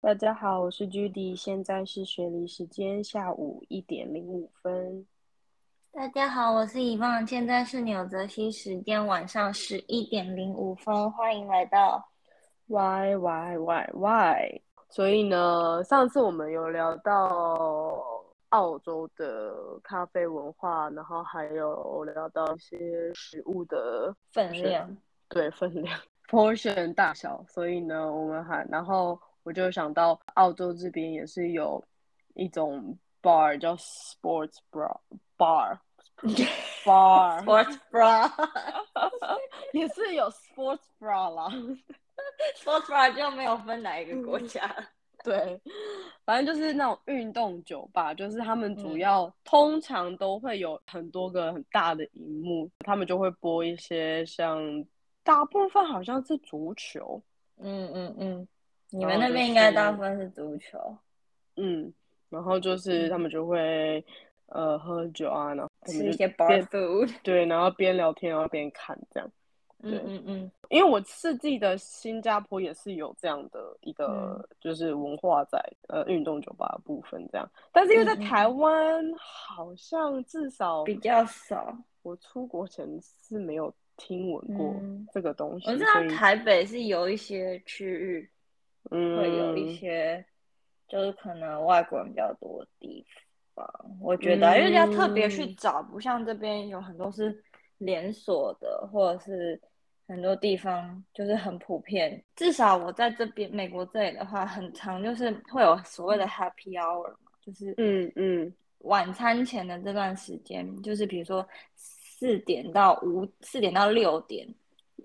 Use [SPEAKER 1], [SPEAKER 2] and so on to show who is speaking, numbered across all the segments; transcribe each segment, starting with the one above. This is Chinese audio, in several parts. [SPEAKER 1] 大家好，我是 Judy，现在是雪梨时间下午一点零五分。
[SPEAKER 2] 大家好，我是遗忘，现在是纽泽西时间晚上十一点零五分，欢迎来到
[SPEAKER 1] Why Why Why Why？所以呢，上次我们有聊到澳洲的咖啡文化，然后还有聊到一些食物的
[SPEAKER 2] 分量，
[SPEAKER 1] 对分量 portion 大小。所以呢，我们还然后我就想到澳洲这边也是有一种 bar 叫 sports bar bar bar
[SPEAKER 2] sports bra，sports
[SPEAKER 1] 也是有 sports bra 啦。
[SPEAKER 2] bra 就没有分哪一个
[SPEAKER 1] 嗯
[SPEAKER 2] 国家。
[SPEAKER 1] 对，反正就是那种运动酒吧，就是他们主要、通常都会有很多个很大的荧幕，他们就会播一些像大部分好像是足球，
[SPEAKER 2] 嗯嗯嗯，你
[SPEAKER 1] 哦
[SPEAKER 2] 们那边应该大部分是足球。
[SPEAKER 1] 嗯，然后就是他们就会呃喝酒啊，然后我
[SPEAKER 2] 吃
[SPEAKER 1] 们
[SPEAKER 2] 一
[SPEAKER 1] 就
[SPEAKER 2] 些 bar
[SPEAKER 1] 边
[SPEAKER 2] food，
[SPEAKER 1] 对，然后边聊天然后边看这样。
[SPEAKER 2] 嗯嗯嗯，
[SPEAKER 1] 因为我是记得新加坡也是有这样的一个，
[SPEAKER 2] 嗯
[SPEAKER 1] 就是文化在、呃运动酒吧的部分这样，但是因为在
[SPEAKER 2] 嗯嗯
[SPEAKER 1] 台湾好像至少
[SPEAKER 2] 比较少。
[SPEAKER 1] 我出国前是没有听闻过
[SPEAKER 2] 嗯
[SPEAKER 1] 这个东西，
[SPEAKER 2] 我知
[SPEAKER 1] 所以
[SPEAKER 2] 道台北是有一些区域
[SPEAKER 1] 嗯
[SPEAKER 2] 会有一些，就是可能外国人比较多的地方，我觉得啊，因为要特别去
[SPEAKER 1] 嗯
[SPEAKER 2] 找，不像这边有很多是连锁的，或者是很多地方就是很普遍。至少我在这边美国这里的话，很常就是会有所谓的 happy hour 嘛，就是
[SPEAKER 1] 嗯嗯
[SPEAKER 2] 晚餐前的这段时间，就是比如说四点到五、四点到六点，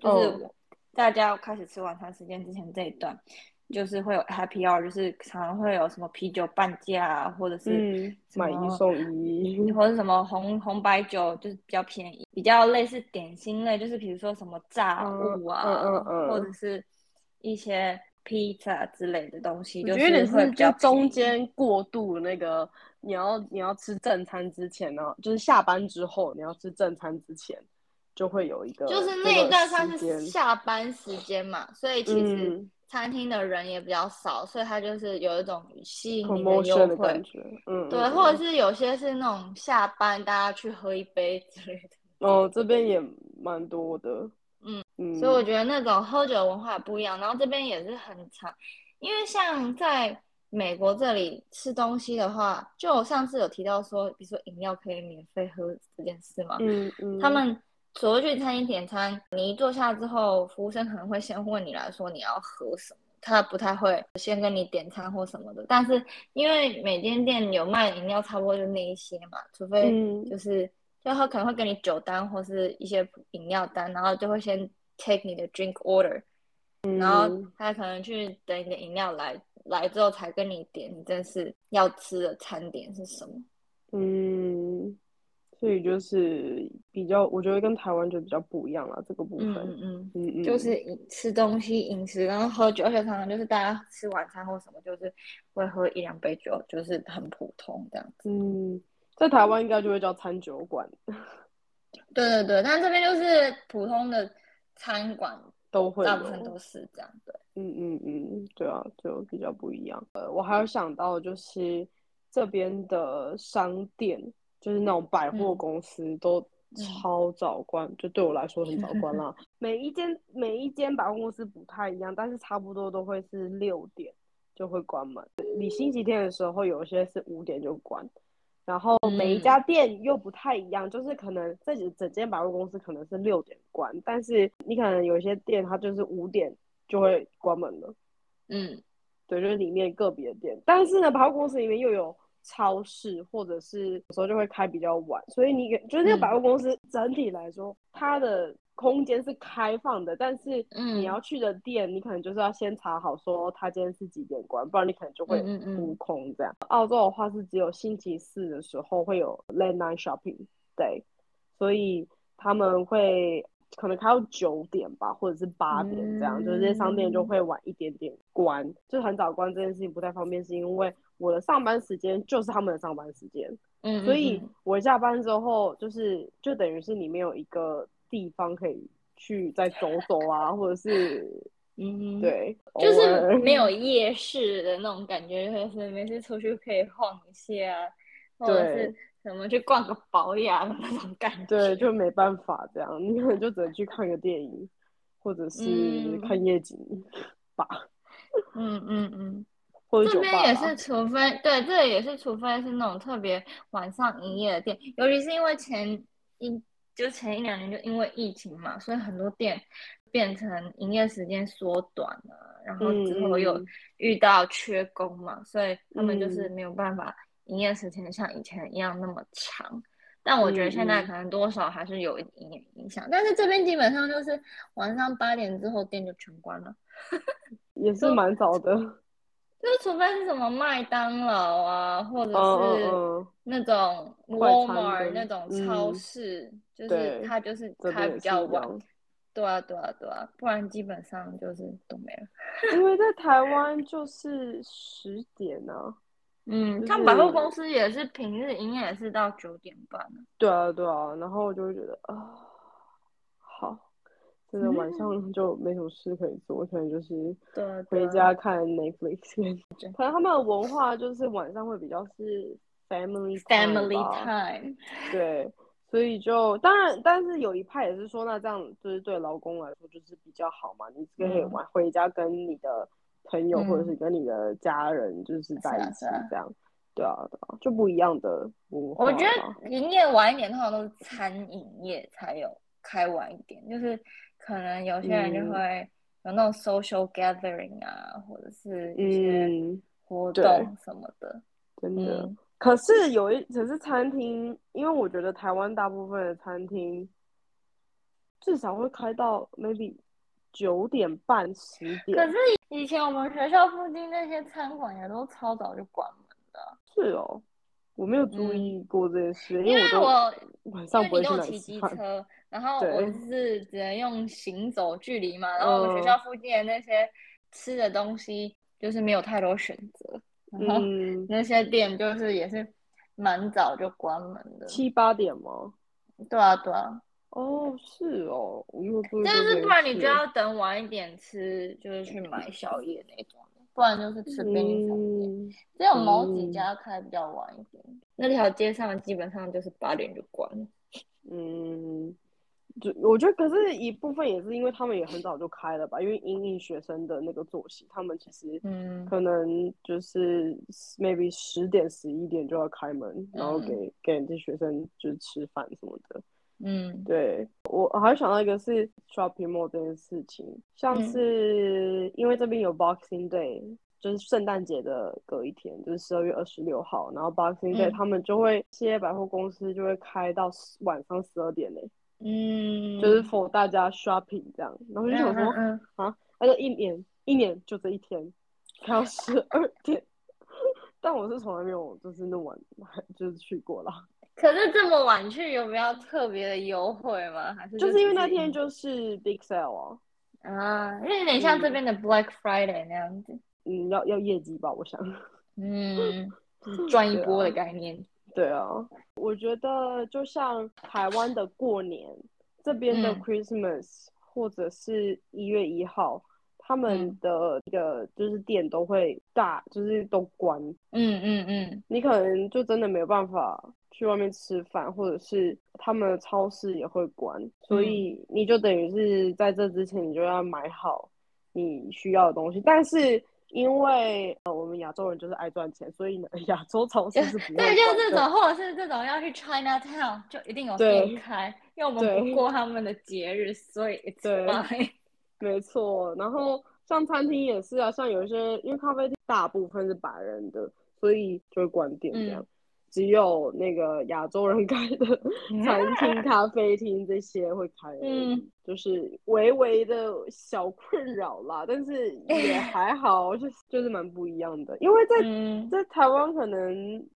[SPEAKER 2] 就是
[SPEAKER 1] 哦
[SPEAKER 2] 我大家开始吃晚餐时间之前这一段，就是会有 happy hour，就是常常会有什么啤酒半价啊，或者是
[SPEAKER 1] 嗯，
[SPEAKER 2] 什
[SPEAKER 1] 买一
[SPEAKER 2] 么
[SPEAKER 1] 送一，
[SPEAKER 2] 或者什么红红白酒，就是比较便宜，比较类似点心类，就是比如说什么炸
[SPEAKER 1] 嗯
[SPEAKER 2] 物啊，
[SPEAKER 1] 嗯嗯
[SPEAKER 2] 或
[SPEAKER 1] 嗯
[SPEAKER 2] 者是一些披萨之类的东西，
[SPEAKER 1] 我
[SPEAKER 2] 就
[SPEAKER 1] 觉得有点
[SPEAKER 2] 会
[SPEAKER 1] 是
[SPEAKER 2] 比
[SPEAKER 1] 就
[SPEAKER 2] 较
[SPEAKER 1] 中
[SPEAKER 2] 便宜
[SPEAKER 1] 间过渡那个，你要你要吃正餐之前呢，就是下班之后你要吃正餐之前，就会有一个
[SPEAKER 2] 就是
[SPEAKER 1] 这
[SPEAKER 2] 那一
[SPEAKER 1] 个
[SPEAKER 2] 段算
[SPEAKER 1] 时
[SPEAKER 2] 是
[SPEAKER 1] 间
[SPEAKER 2] 下班时间嘛，所以其实
[SPEAKER 1] 嗯
[SPEAKER 2] 餐厅的人也比较少，所以它就是有一种吸引你的优
[SPEAKER 1] promotion 的感
[SPEAKER 2] 惠，
[SPEAKER 1] 觉，嗯，
[SPEAKER 2] 对，
[SPEAKER 1] 嗯
[SPEAKER 2] 或者
[SPEAKER 1] 嗯
[SPEAKER 2] 是有些是那种下班大家去喝一杯之类的，
[SPEAKER 1] 哦，这边也蛮多的，
[SPEAKER 2] 嗯
[SPEAKER 1] 嗯，
[SPEAKER 2] 所以我觉得那种喝酒文化也不一样。然后这边也是很常，因为像在美国这里吃东西的话，就我上次有提到说，比如说饮料可以免费喝这件事嘛，
[SPEAKER 1] 嗯嗯，
[SPEAKER 2] 他们所谓去餐厅点餐，你一坐下之后，服务生可能会先问你来说你要喝什么，他不太会先跟你点餐或什么的。但是因为每间店有卖饮料，差不多就那一些嘛，除非
[SPEAKER 1] 嗯
[SPEAKER 2] 就是就他可能会给你酒单或是一些饮料单，然后就会先 take 你的 drink order，
[SPEAKER 1] 嗯，
[SPEAKER 2] 然后他可能去等你的饮料来。来之后才跟你点你正式要吃的餐点是什么？
[SPEAKER 1] 嗯，所以就是比较，我觉得跟台湾就比较不一样了这个部
[SPEAKER 2] 嗯
[SPEAKER 1] 分，
[SPEAKER 2] 嗯嗯。
[SPEAKER 1] 嗯嗯，
[SPEAKER 2] 就是饮吃东西、饮食，然后喝酒，而且常常就是大家吃晚餐或什么，就是会喝一两杯酒，就是很普通这样子。
[SPEAKER 1] 嗯，在台湾应该就会叫餐酒馆，
[SPEAKER 2] 对对对，但这边就是普通的餐馆，
[SPEAKER 1] 都会
[SPEAKER 2] 大部分
[SPEAKER 1] 有
[SPEAKER 2] 都是这样。对，
[SPEAKER 1] 嗯嗯嗯，对啊，就比较不一样。呃，我还
[SPEAKER 2] 嗯
[SPEAKER 1] 有想到就是这边的商店，就是那种百货
[SPEAKER 2] 嗯
[SPEAKER 1] 公司都
[SPEAKER 2] 嗯
[SPEAKER 1] 超早关，就对我来说很早关 啦。每一间每一间百货公司不太一样，但是差不多都会是六点就会关门。你星期天的时候，有些是五点就关。然后哦每一家
[SPEAKER 2] 嗯
[SPEAKER 1] 店又不太一样，就是可能这整整间百货公司可能是六点关，但是你可能有些店它就是五点就会关门了，
[SPEAKER 2] 嗯
[SPEAKER 1] 对，就是里面个别店。但是呢，百货公司里面又有超市，或者是有时候就会开比较晚，所以你就是那个百
[SPEAKER 2] 嗯
[SPEAKER 1] 货公司整体来说，它的空间是开放的，但是你要
[SPEAKER 2] 嗯
[SPEAKER 1] 去的店，你可能就是要先查好说它今天是几点关，不然你可能就
[SPEAKER 2] 嗯
[SPEAKER 1] 会
[SPEAKER 2] 嗯
[SPEAKER 1] 扑
[SPEAKER 2] 嗯，
[SPEAKER 1] 空这样。澳洲的话是只有星期四的时候会有 late night shopping day，所以他们会可能开到九点吧，或者是八点这样，就是这些商店就
[SPEAKER 2] 嗯
[SPEAKER 1] 会晚一点点关，就很早关这件事情不太方便，是因为我的上班时间就是他们的上班时间，
[SPEAKER 2] 嗯
[SPEAKER 1] 所
[SPEAKER 2] 嗯
[SPEAKER 1] 以
[SPEAKER 2] 嗯，
[SPEAKER 1] 我下班之后就是就等于是你没有一个地方可以去再走走啊，或者是
[SPEAKER 2] 嗯，，
[SPEAKER 1] 对，
[SPEAKER 2] 就
[SPEAKER 1] 偶
[SPEAKER 2] 是
[SPEAKER 1] 尔
[SPEAKER 2] 没有夜市的那种感觉，就是每次出去可以晃一下，或者是什么去逛个保养的那种感觉。
[SPEAKER 1] 对，就没办法这样，你可能就只能去看个电影，或者是
[SPEAKER 2] 嗯
[SPEAKER 1] 看夜景吧，
[SPEAKER 2] 嗯嗯嗯，
[SPEAKER 1] 或者
[SPEAKER 2] 这
[SPEAKER 1] 酒
[SPEAKER 2] 边
[SPEAKER 1] 吧
[SPEAKER 2] 也
[SPEAKER 1] 吧
[SPEAKER 2] 是，除非对，这也是除非是那种特别晚上营业的店，尤其是因为前一就前一两年就因为疫情嘛，所以很多店变成营业时间缩短了，然后之后又
[SPEAKER 1] 嗯
[SPEAKER 2] 遇到缺工嘛，所以他们就是
[SPEAKER 1] 嗯
[SPEAKER 2] 没有办法营业时间像以前一样那么长。但我觉得现在
[SPEAKER 1] 嗯嗯
[SPEAKER 2] 可能多少还是有一点点影响，但是这边基本上就是晚上八点之后店就全关了。
[SPEAKER 1] 也是
[SPEAKER 2] 就
[SPEAKER 1] 蛮早的，
[SPEAKER 2] 就除非是什么麦当劳啊，或者
[SPEAKER 1] 嗯嗯
[SPEAKER 2] 是
[SPEAKER 1] 嗯，
[SPEAKER 2] 那种
[SPEAKER 1] 快餐
[SPEAKER 2] Walmart
[SPEAKER 1] 的
[SPEAKER 2] 那种超
[SPEAKER 1] 嗯
[SPEAKER 2] 市，就是
[SPEAKER 1] 对
[SPEAKER 2] 它就是
[SPEAKER 1] 这边
[SPEAKER 2] 开比
[SPEAKER 1] 也是
[SPEAKER 2] 较
[SPEAKER 1] 一
[SPEAKER 2] 晚。
[SPEAKER 1] 样。
[SPEAKER 2] 对啊，对啊，对啊，不然基本上就是都没了。
[SPEAKER 1] 因为在台湾就是十点啊，
[SPEAKER 2] 嗯，
[SPEAKER 1] 就
[SPEAKER 2] 像百货公
[SPEAKER 1] 是
[SPEAKER 2] 司也是平日营业也是到九点半啊。
[SPEAKER 1] 对啊对啊，然后我就会觉得啊，好，真的晚
[SPEAKER 2] 嗯，
[SPEAKER 1] 上就没什么事可以做，可能就是
[SPEAKER 2] 对啊，对
[SPEAKER 1] 回
[SPEAKER 2] 啊，
[SPEAKER 1] 家看 Netflix，
[SPEAKER 2] 真
[SPEAKER 1] 可能他们的文化就是晚上会比较是 family time
[SPEAKER 2] family
[SPEAKER 1] 吧，
[SPEAKER 2] time。
[SPEAKER 1] 对，所以就当然，但是有一派也是说，那这样就是对劳工来说就是比较好嘛，你可以
[SPEAKER 2] 嗯
[SPEAKER 1] 晚回家跟你的朋友或者
[SPEAKER 2] 嗯，
[SPEAKER 1] 是跟你的家人就是
[SPEAKER 2] 是
[SPEAKER 1] 在一
[SPEAKER 2] 啊，是
[SPEAKER 1] 起
[SPEAKER 2] 啊。
[SPEAKER 1] 这样，对啊，对啊，就不一样的文
[SPEAKER 2] 我觉
[SPEAKER 1] 化啦，
[SPEAKER 2] 得营业晚一点，通常都是餐饮业才有开晚一点，就是可能有些人就
[SPEAKER 1] 嗯
[SPEAKER 2] 会有那种 social gathering 啊，或者是一些
[SPEAKER 1] 嗯，
[SPEAKER 2] 活
[SPEAKER 1] 对。
[SPEAKER 2] 动什么的。
[SPEAKER 1] 真的，
[SPEAKER 2] 嗯
[SPEAKER 1] 可是有一，可是餐厅，因为我觉得台湾大部分的餐厅至少会开到 maybe 九点半十
[SPEAKER 2] 可
[SPEAKER 1] 点，
[SPEAKER 2] 是以以前我们学校附近那些餐馆也都超早就关门的。
[SPEAKER 1] 是哦，我没有注
[SPEAKER 2] 嗯，
[SPEAKER 1] 意过这件事，因
[SPEAKER 2] 因
[SPEAKER 1] 为我
[SPEAKER 2] 为
[SPEAKER 1] 都
[SPEAKER 2] 我
[SPEAKER 1] 晚
[SPEAKER 2] 因
[SPEAKER 1] 上
[SPEAKER 2] 为
[SPEAKER 1] 不
[SPEAKER 2] 你
[SPEAKER 1] 会去
[SPEAKER 2] 跟我
[SPEAKER 1] 那里
[SPEAKER 2] 骑
[SPEAKER 1] 吃
[SPEAKER 2] 机
[SPEAKER 1] 饭，
[SPEAKER 2] 车，然后我
[SPEAKER 1] 对，
[SPEAKER 2] 就是只能用行走距离嘛，然后我们学
[SPEAKER 1] 嗯
[SPEAKER 2] 校附近的那些吃的东西就是没有太多选择，然后
[SPEAKER 1] 嗯，
[SPEAKER 2] 那些店就是也是蛮早就关门的。
[SPEAKER 1] 七八点吗？
[SPEAKER 2] 对啊，对啊，
[SPEAKER 1] 哦，是哦，我没有注意
[SPEAKER 2] 但
[SPEAKER 1] 过这
[SPEAKER 2] 是
[SPEAKER 1] 件
[SPEAKER 2] 不然你就
[SPEAKER 1] 事，
[SPEAKER 2] 要等晚一点吃，就是去买宵夜那种的，不然就是吃便利商店。
[SPEAKER 1] 嗯
[SPEAKER 2] 只有某几
[SPEAKER 1] 嗯
[SPEAKER 2] 家开比较晚一点，那条街上基本上就是八点就关了。
[SPEAKER 1] 嗯。就我觉得，可是一部分也是因为他们也很早就开了吧，因为因应学生的那个作息，他们其实
[SPEAKER 2] 嗯
[SPEAKER 1] 可能就是 maybe 十点十一点就要开门，然后
[SPEAKER 2] 嗯
[SPEAKER 1] 给给这学生就是吃饭什么的。
[SPEAKER 2] 嗯
[SPEAKER 1] 对，我还想到一个是 shopping mall 这件事情，像
[SPEAKER 2] 嗯
[SPEAKER 1] 是因为这边有 Boxing Day，就是圣诞节的隔一天，就是十二月二十六号，然后 Boxing Day
[SPEAKER 2] 嗯
[SPEAKER 1] 他们就会，这些百货公司就会开到晚上十二点呢、就是
[SPEAKER 2] 嗯
[SPEAKER 1] for 大家 shopping 这样，然后我就
[SPEAKER 2] 嗯
[SPEAKER 1] 想
[SPEAKER 2] 嗯
[SPEAKER 1] 说
[SPEAKER 2] 嗯，
[SPEAKER 1] 啊，那就一年一年就这一天，开到十二点， 但我是从来没有就是那么晚就是去过啦，
[SPEAKER 2] 可是这么晚去有没有特别的优惠吗？还是
[SPEAKER 1] 就
[SPEAKER 2] 就是嗯
[SPEAKER 1] 因为
[SPEAKER 2] 只
[SPEAKER 1] 那
[SPEAKER 2] 是
[SPEAKER 1] 天
[SPEAKER 2] 一
[SPEAKER 1] 就是 big sale 啊，
[SPEAKER 2] 啊，那有点像这
[SPEAKER 1] 嗯
[SPEAKER 2] 边的 Black Friday 那样子，
[SPEAKER 1] 嗯，要要业绩吧，我想，
[SPEAKER 2] 嗯，就是赚一
[SPEAKER 1] 对
[SPEAKER 2] 波的
[SPEAKER 1] 啊，
[SPEAKER 2] 概念。
[SPEAKER 1] 对啊，我觉得就像台湾的过年，这边的
[SPEAKER 2] 嗯
[SPEAKER 1] Christmas 或者是一月一号，他们
[SPEAKER 2] 嗯
[SPEAKER 1] 的一个就是店都会大，就是都关。
[SPEAKER 2] 嗯嗯嗯
[SPEAKER 1] 你可能就真的没有办法去外面吃饭，或者是他们的超市也会关，所
[SPEAKER 2] 嗯
[SPEAKER 1] 以你就等于是在这之前你就要买好你需要的东西。但是因为呃我们亚洲人就是爱赚钱，所以呢 亚洲超
[SPEAKER 2] 就
[SPEAKER 1] 市是不会
[SPEAKER 2] 对，就是
[SPEAKER 1] 关
[SPEAKER 2] 这
[SPEAKER 1] 的。
[SPEAKER 2] 种，或者是这种要去 Chinatown 就一定有店
[SPEAKER 1] 对
[SPEAKER 2] 开，因为我们不
[SPEAKER 1] 对
[SPEAKER 2] 过他们的节日，所以 it's
[SPEAKER 1] 对，
[SPEAKER 2] fine。
[SPEAKER 1] 没错。然后像餐厅也是啊，像有一些因为咖啡厅大部分是白人的，所以就会关店这样。
[SPEAKER 2] 嗯。
[SPEAKER 1] 只有那个亚洲人开的 餐 厅、咖啡厅这些会开而
[SPEAKER 2] 嗯，
[SPEAKER 1] 已，就是微微的小困扰啦，但 是也还好，就是就是蛮不一样的。因为在
[SPEAKER 2] 嗯，
[SPEAKER 1] 在台湾可能，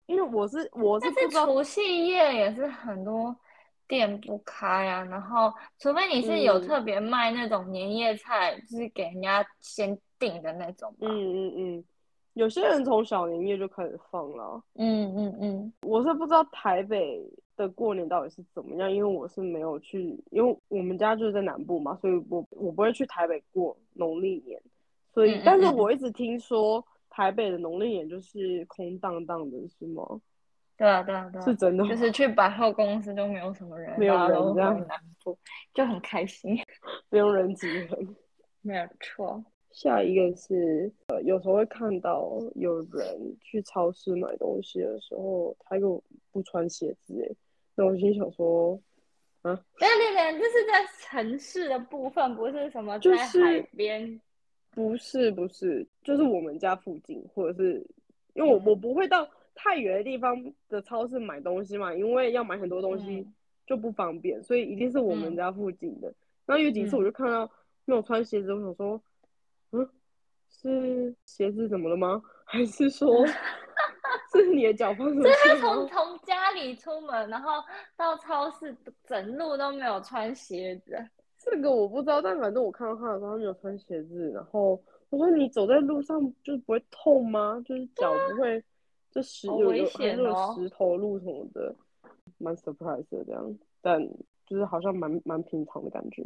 [SPEAKER 1] 因为我是我是
[SPEAKER 2] 但
[SPEAKER 1] 不知
[SPEAKER 2] 是
[SPEAKER 1] 道，
[SPEAKER 2] 除夕夜也是很多店不开啊，然后除非你是有
[SPEAKER 1] 嗯
[SPEAKER 2] 特别卖那种年夜菜，就是给人家先订的那种
[SPEAKER 1] 嗯
[SPEAKER 2] 吧。
[SPEAKER 1] 嗯嗯，有些人从小年夜就开始放了。
[SPEAKER 2] 嗯嗯嗯，
[SPEAKER 1] 我是不知道台北的过年到底是怎么样，因为我是没有去，因为我们家就是在南部嘛，所以我我不会去台北过农历年，所以
[SPEAKER 2] 嗯嗯
[SPEAKER 1] 但是
[SPEAKER 2] 嗯
[SPEAKER 1] 我一直听说台北的农历年就是空荡荡的，是吗？
[SPEAKER 2] 对啊，对啊，对啊，
[SPEAKER 1] 是真的吗，
[SPEAKER 2] 就是去百货公司都没有什么人，
[SPEAKER 1] 没有
[SPEAKER 2] 大家都
[SPEAKER 1] 人这样
[SPEAKER 2] 很南部，就很开心。
[SPEAKER 1] 不用人挤人。
[SPEAKER 2] 没有错，
[SPEAKER 1] 下一个是，呃，有时候会看到有人去超市买东西的时候，他又不穿鞋子，诶，那我心想说，
[SPEAKER 2] 没有没有，这是在城市的部分，不是什么
[SPEAKER 1] 就
[SPEAKER 2] 在
[SPEAKER 1] 是
[SPEAKER 2] 海边。
[SPEAKER 1] 不是不是，就是
[SPEAKER 2] 嗯
[SPEAKER 1] 我们家附近，或者是因为我我不会到太远的地方的超市买东西嘛，因为要买很多东西
[SPEAKER 2] 嗯
[SPEAKER 1] 就不方便，所以一定是我们
[SPEAKER 2] 嗯
[SPEAKER 1] 家附近的。然后有几次我就看到那种穿鞋子，我想说，嗯，是鞋子怎么了吗？ 还是 说是你的脚发生什么
[SPEAKER 2] 他
[SPEAKER 1] 事
[SPEAKER 2] 从
[SPEAKER 1] 吗？
[SPEAKER 2] 从家里出门，然后到超市，整路都没有穿鞋子。
[SPEAKER 1] 这个我不知道，但反正我看到他的时候，他没有穿鞋子，然后我说你走在路上就是不会痛吗？就是脚不 会，就石
[SPEAKER 2] 好
[SPEAKER 1] 有
[SPEAKER 2] 危
[SPEAKER 1] 有还
[SPEAKER 2] 险
[SPEAKER 1] 是有
[SPEAKER 2] 哦
[SPEAKER 1] 石头路什么的，蛮 surprise 的这样，但就是好像蛮蛮平常的感觉。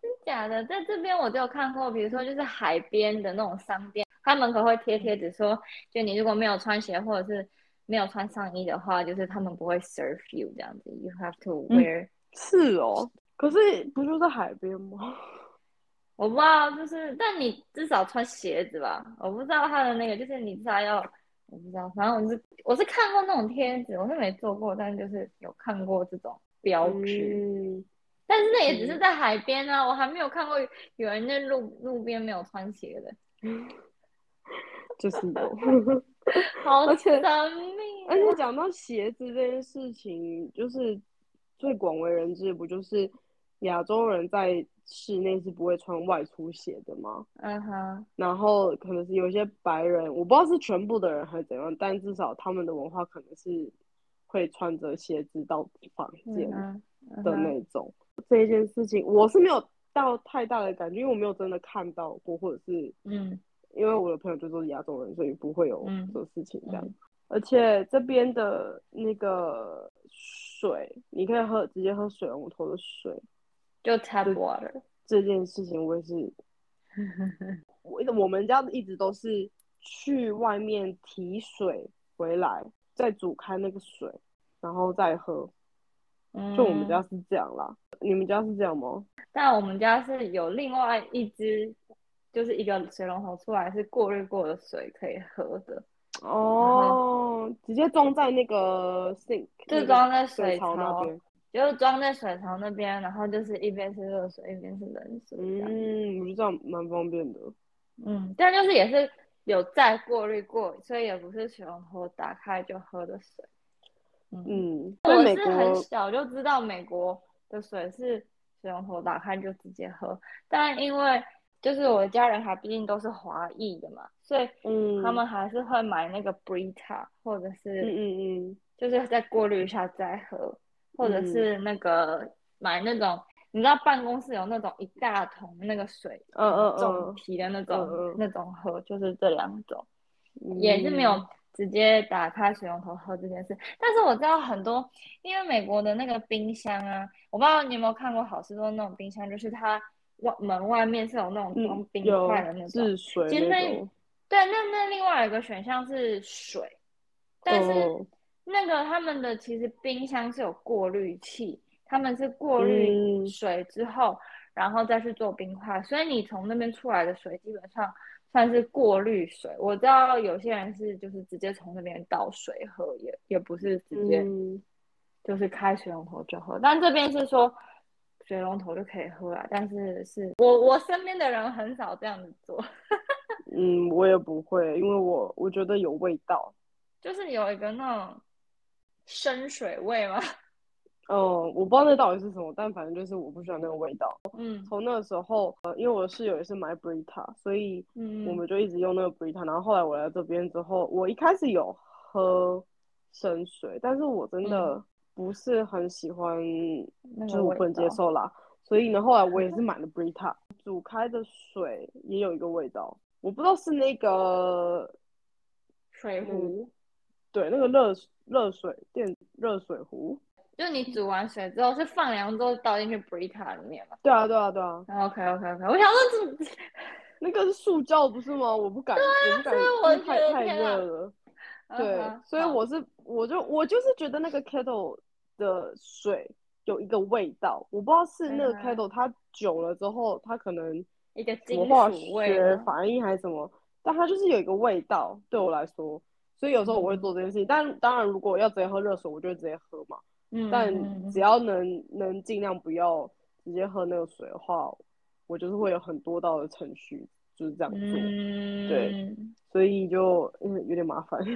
[SPEAKER 2] 真假的，在这边我就有看过，比如说就是海边的那种商店，它门口会贴贴纸说，就你如果没有穿鞋或者是没有穿上衣的话，就是他们不会 serve you 这样子，you have to
[SPEAKER 1] 嗯
[SPEAKER 2] wear、
[SPEAKER 1] 是哦，可是不就在海边吗？
[SPEAKER 2] 我不知道，就是但你至少穿鞋子吧，我不知道它的那个，就是你至少要，我不知道，反正我是我是看过那种贴纸，我是没做过，但就是有看过这种标志。
[SPEAKER 1] 嗯，
[SPEAKER 2] 但是那也只是
[SPEAKER 1] 嗯
[SPEAKER 2] 在海边啊，我还没有看过有人在路路边没有穿鞋的，
[SPEAKER 1] 就是 有。
[SPEAKER 2] 好
[SPEAKER 1] 而且
[SPEAKER 2] 神秘
[SPEAKER 1] 而且讲到鞋子这件事情，就是最广为人知，不就是亚洲人在室内是不会穿外出鞋的吗？
[SPEAKER 2] 嗯哼，
[SPEAKER 1] 然后可能是有一些白人，我不知道是全部的人还是怎样，但至少他们的文化可能是会穿着鞋子到房间
[SPEAKER 2] 嗯哼，嗯
[SPEAKER 1] 的
[SPEAKER 2] 哼，
[SPEAKER 1] 那种。这一件事情，我是没有到太大的感觉，因为我没有真的看到过，或者是
[SPEAKER 2] 嗯
[SPEAKER 1] 因为我的朋友就都是亚洲人，所以不会有
[SPEAKER 2] 嗯
[SPEAKER 1] 这种事情这样。
[SPEAKER 2] 嗯
[SPEAKER 1] 而且这边的那个水，你可以喝直接喝水龙头的水，
[SPEAKER 2] 就 tap water，
[SPEAKER 1] 这件事情我也 是，我我们家一直都是去外面提水回来，再煮开那个水，然后再喝。
[SPEAKER 2] 嗯，
[SPEAKER 1] 就我们家是这样啦，你们家是这样吗？
[SPEAKER 2] 但我们家是有另外一只，就是一个水龙头出来是过滤过的水可以喝的，
[SPEAKER 1] 哦，直接装在那个 sink，那
[SPEAKER 2] 就
[SPEAKER 1] 个
[SPEAKER 2] 装在水
[SPEAKER 1] 水槽那
[SPEAKER 2] 槽，
[SPEAKER 1] 边。
[SPEAKER 2] 就是装在水槽那边，然后就是一边是热水，一边是冷水这样。
[SPEAKER 1] 嗯，我觉得这样蛮方便的。
[SPEAKER 2] 嗯，但就是也是有再过滤过，所以也不是水龙头打开就喝的水。嗯，
[SPEAKER 1] 嗯，在
[SPEAKER 2] 我
[SPEAKER 1] 美
[SPEAKER 2] 是很
[SPEAKER 1] 国，
[SPEAKER 2] 小就知道美国的水是水龙头打开就直接喝，但因为就是我的家人还毕竟都是华裔的嘛，所以。
[SPEAKER 1] 嗯，
[SPEAKER 2] 他们还是会买那个 Brita，或者
[SPEAKER 1] 嗯
[SPEAKER 2] 是
[SPEAKER 1] 嗯嗯，
[SPEAKER 2] 就是再过滤一下再喝，或者是那个买那种，你知道办公室有那种一大桶那个水，
[SPEAKER 1] 嗯嗯
[SPEAKER 2] 重提的那种
[SPEAKER 1] 嗯嗯
[SPEAKER 2] 那种喝，就是这两种，
[SPEAKER 1] 嗯，
[SPEAKER 2] 也是没有
[SPEAKER 1] 嗯。
[SPEAKER 2] 直接打开水龙头喝这件事。但是我知道很多，因为美国的那个冰箱啊，我不知道你有没有看过好事多那种冰箱，就是它外门外面是有那种装
[SPEAKER 1] 嗯，
[SPEAKER 2] 冰
[SPEAKER 1] 有
[SPEAKER 2] 块的那种。
[SPEAKER 1] 治水
[SPEAKER 2] 其实那
[SPEAKER 1] 那种，
[SPEAKER 2] 对，那那另外有一个选项是水，但是
[SPEAKER 1] 哦
[SPEAKER 2] 那个他们的其实冰箱是有过滤器，他们是过滤
[SPEAKER 1] 嗯
[SPEAKER 2] 水之后，然后再去做冰块，所以你从那边出来的水基本上算是过滤水。我知道有些人是就是直接从那边倒水喝，也也不是直接
[SPEAKER 1] 嗯，
[SPEAKER 2] 就是开水龙头就喝，但这边是说水龙头就可以喝啊，但是是我我身边的人很少这样子做。
[SPEAKER 1] 嗯，我也不会，因为我我觉得有味道。
[SPEAKER 2] 就是有一个那种生水味嘛。
[SPEAKER 1] 嗯，我不知道那到底是什么，但反正就是我不喜欢那个味道。
[SPEAKER 2] 嗯
[SPEAKER 1] 从那时候，呃，因为我室友也是买 Brita，所以
[SPEAKER 2] 嗯，
[SPEAKER 1] 我们就一直用那个 Brita。然后后来我来这边之后，我一开始有喝生水，但是我真的不是很喜欢，
[SPEAKER 2] 嗯那
[SPEAKER 1] 就是
[SPEAKER 2] 个
[SPEAKER 1] 我
[SPEAKER 2] 味
[SPEAKER 1] 不能接
[SPEAKER 2] 道。
[SPEAKER 1] 受啦。所以呢，后来我 也是买了 Brita，煮开的水也有一个味道，我不知道是那个
[SPEAKER 2] 水
[SPEAKER 1] 嗯
[SPEAKER 2] 壶，
[SPEAKER 1] 对，那个热水热水电热水壶，
[SPEAKER 2] 就你煮完水之后是放凉之后倒进去 Brita 里面嘛
[SPEAKER 1] 对啊，对啊，对啊，
[SPEAKER 2] ？OK OK OK，我想说这
[SPEAKER 1] 那个是塑胶不是吗？我不敢，我不敢，
[SPEAKER 2] 啊所以
[SPEAKER 1] 因
[SPEAKER 2] 我
[SPEAKER 1] 为
[SPEAKER 2] 觉
[SPEAKER 1] 太
[SPEAKER 2] 得
[SPEAKER 1] 太
[SPEAKER 2] 天啊
[SPEAKER 1] 热了。对
[SPEAKER 2] 嗯哼，
[SPEAKER 1] 所以
[SPEAKER 2] 好
[SPEAKER 1] 我是，我就我就是觉得那个 kettle 的水有一个味道，我不知道是那个
[SPEAKER 2] 嗯
[SPEAKER 1] kettle 它久了之后，它可能
[SPEAKER 2] 一个
[SPEAKER 1] 什
[SPEAKER 2] 金
[SPEAKER 1] 么化
[SPEAKER 2] 属味
[SPEAKER 1] 学
[SPEAKER 2] 吗
[SPEAKER 1] 反应还是什么，但它就是有一个味道，对我来说，所以有时候我会做这件事情。但当然，如果要直接喝热水，我就会直接喝嘛。
[SPEAKER 2] 嗯，
[SPEAKER 1] 但
[SPEAKER 2] 嗯
[SPEAKER 1] 只要能能尽量不要直接喝那个水的话，我就是会有很多道的程序就是这样做，
[SPEAKER 2] 嗯，
[SPEAKER 1] 对
[SPEAKER 2] 嗯
[SPEAKER 1] 所以就嗯有点麻烦。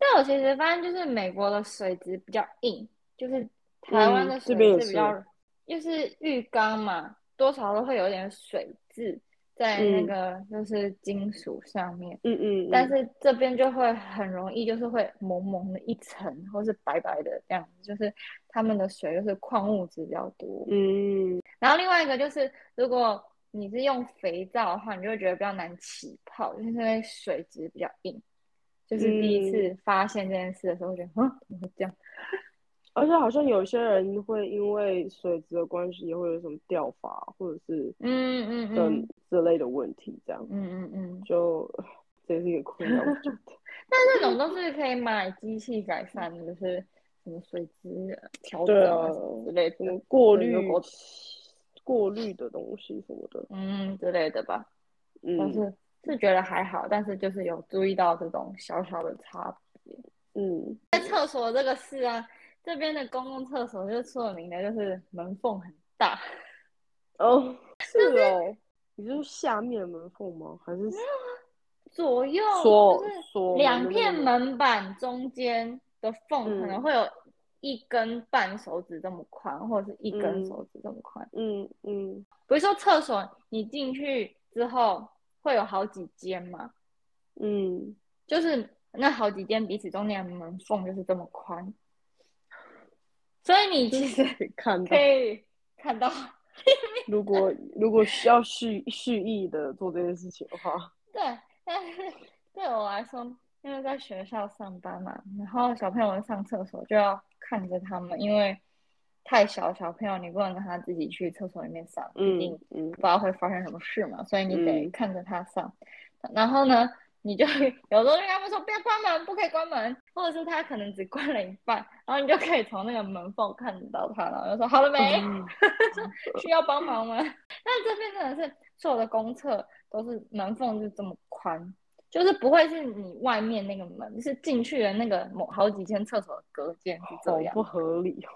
[SPEAKER 2] 但我其实发现，就是美国的水质比较硬，就是台湾
[SPEAKER 1] 嗯
[SPEAKER 2] 的
[SPEAKER 1] 这
[SPEAKER 2] 水
[SPEAKER 1] 边也
[SPEAKER 2] 质比较，就是浴缸嘛，多少都会有点水渍在那
[SPEAKER 1] 嗯
[SPEAKER 2] 个就是金属上面，
[SPEAKER 1] 嗯嗯，
[SPEAKER 2] 但
[SPEAKER 1] 嗯
[SPEAKER 2] 是这边就会很容易，就是会蒙蒙的一层，或是白白的这样子，就是他们的水就是矿物质比较多。
[SPEAKER 1] 嗯
[SPEAKER 2] 然后另外一个就是，如果你是用肥皂的话，你就会觉得比较难起泡，就是因为水质比较硬。就是第一次
[SPEAKER 1] 嗯
[SPEAKER 2] 发现这件事的时候，我觉得，嗯，怎么会这样？
[SPEAKER 1] 而且好像有些人会因为水质的关系，也会有什么掉发或者是
[SPEAKER 2] 嗯嗯
[SPEAKER 1] 等
[SPEAKER 2] 嗯
[SPEAKER 1] 这类的问题，这样
[SPEAKER 2] 嗯嗯嗯。
[SPEAKER 1] 就这也是一个困扰。我觉得
[SPEAKER 2] 但这种都是可以买机器改善的，就是什么水质调整
[SPEAKER 1] 对
[SPEAKER 2] 啊
[SPEAKER 1] 啊
[SPEAKER 2] 什么之类
[SPEAKER 1] 什
[SPEAKER 2] 的
[SPEAKER 1] 么，过
[SPEAKER 2] 对
[SPEAKER 1] 滤
[SPEAKER 2] 如果、
[SPEAKER 1] 过滤的东西什么的，
[SPEAKER 2] 嗯之类的吧。但
[SPEAKER 1] 嗯
[SPEAKER 2] 是是觉得还好，但是就是有注意到这种小小的差别。
[SPEAKER 1] 嗯，
[SPEAKER 2] 在厕所这个事啊，这边的公共厕所就是出了名的，就是门缝很大，
[SPEAKER 1] 哦，是哦，你是说下面门缝吗？还是
[SPEAKER 2] 左右
[SPEAKER 1] 锁
[SPEAKER 2] 哦就是
[SPEAKER 1] 锁门
[SPEAKER 2] 两
[SPEAKER 1] 的那
[SPEAKER 2] 片
[SPEAKER 1] 个
[SPEAKER 2] 门板中间的缝
[SPEAKER 1] 嗯
[SPEAKER 2] 可能会有一根半手指这么宽，或者是一根
[SPEAKER 1] 嗯
[SPEAKER 2] 手指这么宽。
[SPEAKER 1] 嗯嗯
[SPEAKER 2] 不是说厕所你进去之后会有好几间嘛，
[SPEAKER 1] 嗯，
[SPEAKER 2] 就是那好几间彼此中间的门缝就是这么宽，所以你其 实
[SPEAKER 1] 可以看到
[SPEAKER 2] 可。以看到。
[SPEAKER 1] 如果如果需要蓄蓄意的做这件事情的 话，
[SPEAKER 2] 对，但是对我来说，因为在学校上班嘛，然后小朋友上厕所就要看着他们，因为太小小朋友你不能让他自己去厕所里面上，毕
[SPEAKER 1] 嗯
[SPEAKER 2] 竟
[SPEAKER 1] 嗯
[SPEAKER 2] 不知道会发生什么事嘛，所以你得
[SPEAKER 1] 嗯
[SPEAKER 2] 看着他上。然后呢，你就有时候就跟他们说不要关门，不可以关门，或者是他可能只关了一半，然后你就可以从那个门缝看得到他，然后就说好了没？
[SPEAKER 1] 嗯
[SPEAKER 2] 需要帮忙吗？ 那这边真的是所有的公厕都是门缝就这么宽，就是不会是你外面那个门，是进去的那个某好几间厕所的隔间是
[SPEAKER 1] 好
[SPEAKER 2] 这样
[SPEAKER 1] 不，合理哦。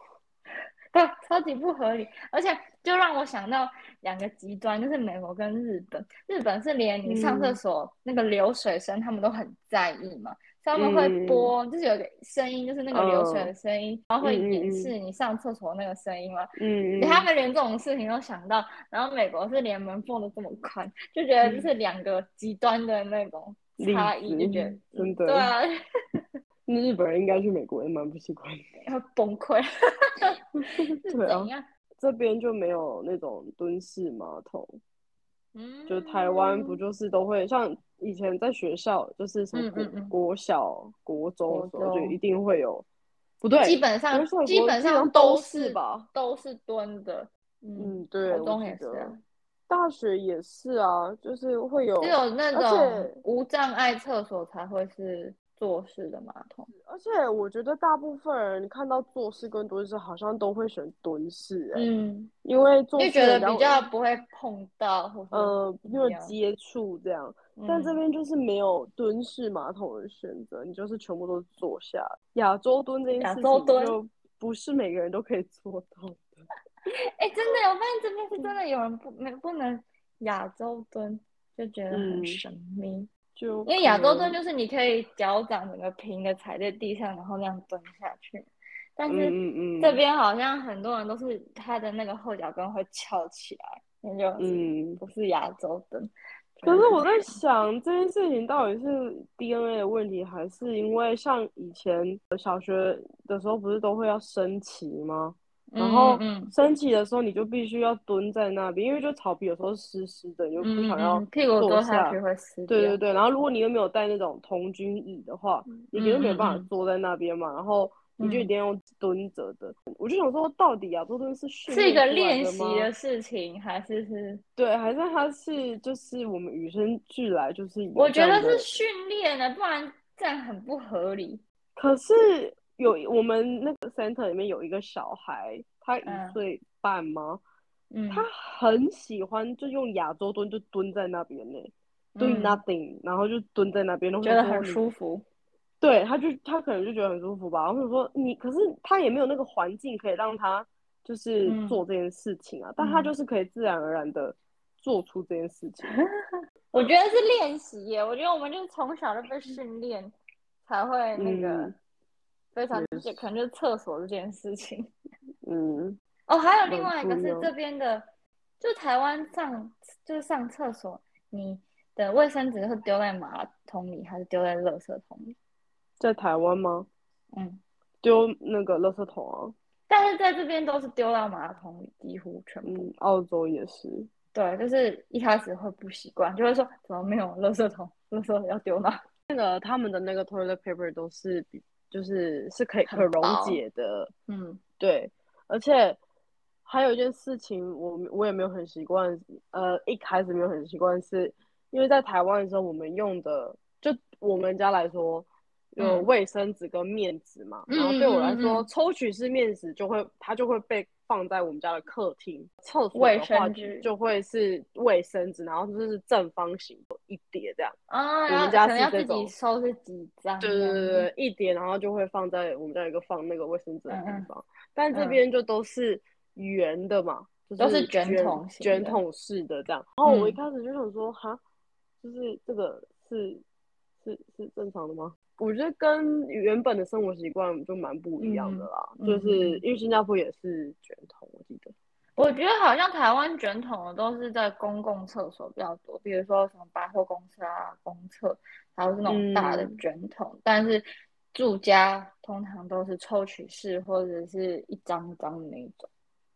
[SPEAKER 2] 对，超级不合理。而且就让我想到两个极端，就是美国跟日本。日本是连你上厕
[SPEAKER 1] 嗯
[SPEAKER 2] 所、那个流水声，他们都很在意嘛。所以他们会
[SPEAKER 1] 嗯哦
[SPEAKER 2] 播，就是有个声音，就是那个流水的声音，然后会
[SPEAKER 1] 嗯嗯
[SPEAKER 2] 掩
[SPEAKER 1] 嗯
[SPEAKER 2] 饰你上厕所那个声音嘛。
[SPEAKER 1] 嗯，
[SPEAKER 2] 他们连这种事情都想到，然后美国是连门缝都这么宽，就觉得这是两个极端的那种
[SPEAKER 1] 嗯例
[SPEAKER 2] 差异，就觉得
[SPEAKER 1] 子真的
[SPEAKER 2] 对啊，
[SPEAKER 1] 那日本人应该去美国也蛮不习惯的。
[SPEAKER 2] 要崩 溃，是
[SPEAKER 1] 对啊
[SPEAKER 2] 怎样？
[SPEAKER 1] 这边就没有那种蹲式马桶，
[SPEAKER 2] 嗯，
[SPEAKER 1] 就台湾不就是都会像以前在学校，就是什么
[SPEAKER 2] 嗯
[SPEAKER 1] 国
[SPEAKER 2] 嗯嗯
[SPEAKER 1] 国小、国中的时
[SPEAKER 2] 国
[SPEAKER 1] 候
[SPEAKER 2] 中
[SPEAKER 1] 就一定会有，不对，
[SPEAKER 2] 基本上
[SPEAKER 1] 国小国
[SPEAKER 2] 基本上
[SPEAKER 1] 都
[SPEAKER 2] 是
[SPEAKER 1] 是？吧？
[SPEAKER 2] 都是蹲的，嗯，
[SPEAKER 1] 嗯，对，
[SPEAKER 2] 国中
[SPEAKER 1] 我
[SPEAKER 2] 也
[SPEAKER 1] 记
[SPEAKER 2] 是
[SPEAKER 1] 得
[SPEAKER 2] 啊，
[SPEAKER 1] 大学也是啊，就是会有
[SPEAKER 2] 只有那
[SPEAKER 1] 而
[SPEAKER 2] 种
[SPEAKER 1] 且
[SPEAKER 2] 无障碍厕所才会是坐式的马桶，
[SPEAKER 1] 而且我觉得大部分人看到坐式跟蹲式好像都会选蹲式、欸，
[SPEAKER 2] 嗯，
[SPEAKER 1] 因为
[SPEAKER 2] 就
[SPEAKER 1] 坐式
[SPEAKER 2] 觉得
[SPEAKER 1] 人家
[SPEAKER 2] 比较不会碰到，或者
[SPEAKER 1] 呃
[SPEAKER 2] 怎
[SPEAKER 1] 没
[SPEAKER 2] 么
[SPEAKER 1] 有
[SPEAKER 2] 样
[SPEAKER 1] 接触这样，但这
[SPEAKER 2] 嗯
[SPEAKER 1] 边就是没有蹲式马桶的选择，你就是全部都是坐下。亚洲蹲这件
[SPEAKER 2] 亚
[SPEAKER 1] 事
[SPEAKER 2] 洲
[SPEAKER 1] 情
[SPEAKER 2] 蹲
[SPEAKER 1] 就不是每个人都可以做到的，
[SPEAKER 2] 哎、真的，我发现这边是真的有人不没不能亚洲蹲，就觉得很
[SPEAKER 1] 嗯
[SPEAKER 2] 神秘。
[SPEAKER 1] 就
[SPEAKER 2] 因为亚洲蹲
[SPEAKER 1] 可能
[SPEAKER 2] 就是你可以脚掌整个平的踩在地上，然后那样蹲下去。但是
[SPEAKER 1] 嗯嗯嗯
[SPEAKER 2] 这边好像很多人都是他的那个后脚跟会翘起来，那就是
[SPEAKER 1] 嗯。
[SPEAKER 2] 不是亚洲蹲。
[SPEAKER 1] 可是
[SPEAKER 2] 嗯
[SPEAKER 1] 我在想这件事情到底是 DNA 的问题，还是因为像以前小学的时候不是都会要升旗吗？然后
[SPEAKER 2] 嗯
[SPEAKER 1] 升旗的时候你就必须要蹲在那边，因为就草皮有时候湿湿的，你就
[SPEAKER 2] 嗯
[SPEAKER 1] 不
[SPEAKER 2] 嗯
[SPEAKER 1] 想要
[SPEAKER 2] 嗯，屁股
[SPEAKER 1] 坐
[SPEAKER 2] 坐下
[SPEAKER 1] 下
[SPEAKER 2] 去会湿
[SPEAKER 1] 对对
[SPEAKER 2] 掉。
[SPEAKER 1] 对，然后如果你又没有带那种童军椅的话，你就没有办
[SPEAKER 2] 嗯嗯嗯
[SPEAKER 1] 法坐在那边嘛。然后你就一定要用蹲着的。我就想说，到底亚洲蹲是训
[SPEAKER 2] 是一个
[SPEAKER 1] 出来
[SPEAKER 2] 练
[SPEAKER 1] 的
[SPEAKER 2] 习
[SPEAKER 1] 吗
[SPEAKER 2] 的事情，还是是？
[SPEAKER 1] 对，还是它是就是我们与生俱来就是有
[SPEAKER 2] 我
[SPEAKER 1] 这
[SPEAKER 2] 觉
[SPEAKER 1] 样
[SPEAKER 2] 得
[SPEAKER 1] 的
[SPEAKER 2] 是训练的，不然这样很不合理。
[SPEAKER 1] 可是有我们那个 center 里面有一个小孩，他
[SPEAKER 2] 嗯
[SPEAKER 1] 一岁半吗？
[SPEAKER 2] 嗯，
[SPEAKER 1] 他很喜欢就用亚洲蹲，就蹲在那边呢、d o i n g
[SPEAKER 2] 嗯
[SPEAKER 1] nothing，然后就蹲在那边，然后
[SPEAKER 2] 觉
[SPEAKER 1] 就
[SPEAKER 2] 得
[SPEAKER 1] 说
[SPEAKER 2] 很
[SPEAKER 1] 你
[SPEAKER 2] 舒服。
[SPEAKER 1] 对，他就他可能就觉得很舒服吧。我想说你，可是他也没有那个环境可以让他就是
[SPEAKER 2] 嗯
[SPEAKER 1] 做这件事情啊，但他
[SPEAKER 2] 嗯
[SPEAKER 1] 就是可以自然而然的做出这件事情。
[SPEAKER 2] 我
[SPEAKER 1] 嗯
[SPEAKER 2] 觉得是练习耶，我觉得我们就是从小就被训练，才会那个
[SPEAKER 1] 嗯
[SPEAKER 2] 非常理解，可能就是厕所这件事情。
[SPEAKER 1] 嗯，
[SPEAKER 2] 哦，还有另外一个
[SPEAKER 1] 很
[SPEAKER 2] 是
[SPEAKER 1] 重要
[SPEAKER 2] 这边的，就台湾上就是上厕所，你的卫生纸是丢在马桶里还是丢在垃圾桶里？
[SPEAKER 1] 在台湾吗？
[SPEAKER 2] 嗯，
[SPEAKER 1] 丢那个垃圾桶啊，
[SPEAKER 2] 但是在这边都是丢到马桶里，几乎全部。
[SPEAKER 1] 嗯，澳洲也是，
[SPEAKER 2] 对，就是一开始会不习惯，就会说怎么没有垃圾桶，垃圾要丢哪？
[SPEAKER 1] 那个他们的那个 toilet paper 都是比就是是可以
[SPEAKER 2] 很
[SPEAKER 1] 可溶
[SPEAKER 2] 薄
[SPEAKER 1] 解的，
[SPEAKER 2] 嗯，
[SPEAKER 1] 对，而且还有一件事情我，我也没有很习惯，呃，一开始没有很习惯是，因为在台湾的时候，我们用的就我们家来说，有
[SPEAKER 2] 嗯
[SPEAKER 1] 卫生纸跟面纸嘛，然后
[SPEAKER 2] 嗯
[SPEAKER 1] 对
[SPEAKER 2] 嗯
[SPEAKER 1] 我来
[SPEAKER 2] 嗯
[SPEAKER 1] 说，
[SPEAKER 2] 嗯
[SPEAKER 1] 抽取式面纸就会它就会被放在我们家的客厅，厕所
[SPEAKER 2] 卫
[SPEAKER 1] 的话
[SPEAKER 2] 生纸
[SPEAKER 1] 就会是卫生纸，然后就是正方形一叠这样。
[SPEAKER 2] 啊，
[SPEAKER 1] 我
[SPEAKER 2] 然
[SPEAKER 1] 们
[SPEAKER 2] 后
[SPEAKER 1] 家
[SPEAKER 2] 可能
[SPEAKER 1] 是
[SPEAKER 2] 要
[SPEAKER 1] 这
[SPEAKER 2] 自己
[SPEAKER 1] 种
[SPEAKER 2] 收是几张
[SPEAKER 1] 对
[SPEAKER 2] 这
[SPEAKER 1] 对
[SPEAKER 2] 样
[SPEAKER 1] 对
[SPEAKER 2] 子，
[SPEAKER 1] 对，一叠，然后就会放在我们家有一个放那个卫生纸的
[SPEAKER 2] 嗯
[SPEAKER 1] 地
[SPEAKER 2] 嗯
[SPEAKER 1] 方，但这
[SPEAKER 2] 嗯
[SPEAKER 1] 边就都是圆的嘛，就
[SPEAKER 2] 都是
[SPEAKER 1] 是
[SPEAKER 2] 卷
[SPEAKER 1] 卷
[SPEAKER 2] 筒型
[SPEAKER 1] 卷
[SPEAKER 2] 的
[SPEAKER 1] 筒式的这样。然后我一
[SPEAKER 2] 嗯
[SPEAKER 1] 开始就想说，哈，就是这个是是是正常的吗？我觉得跟原本的生活习惯就蛮不一样的
[SPEAKER 2] 嗯
[SPEAKER 1] 啦，就是因为新加坡也是卷筒，我记得。
[SPEAKER 2] 我觉得好像台湾卷筒的都是在公共厕所比较多，比如说什么百货公司啊、公厕，然后是那种大的
[SPEAKER 1] 嗯
[SPEAKER 2] 卷筒。但是住家通常都是抽取式或者是一张一张的那一种。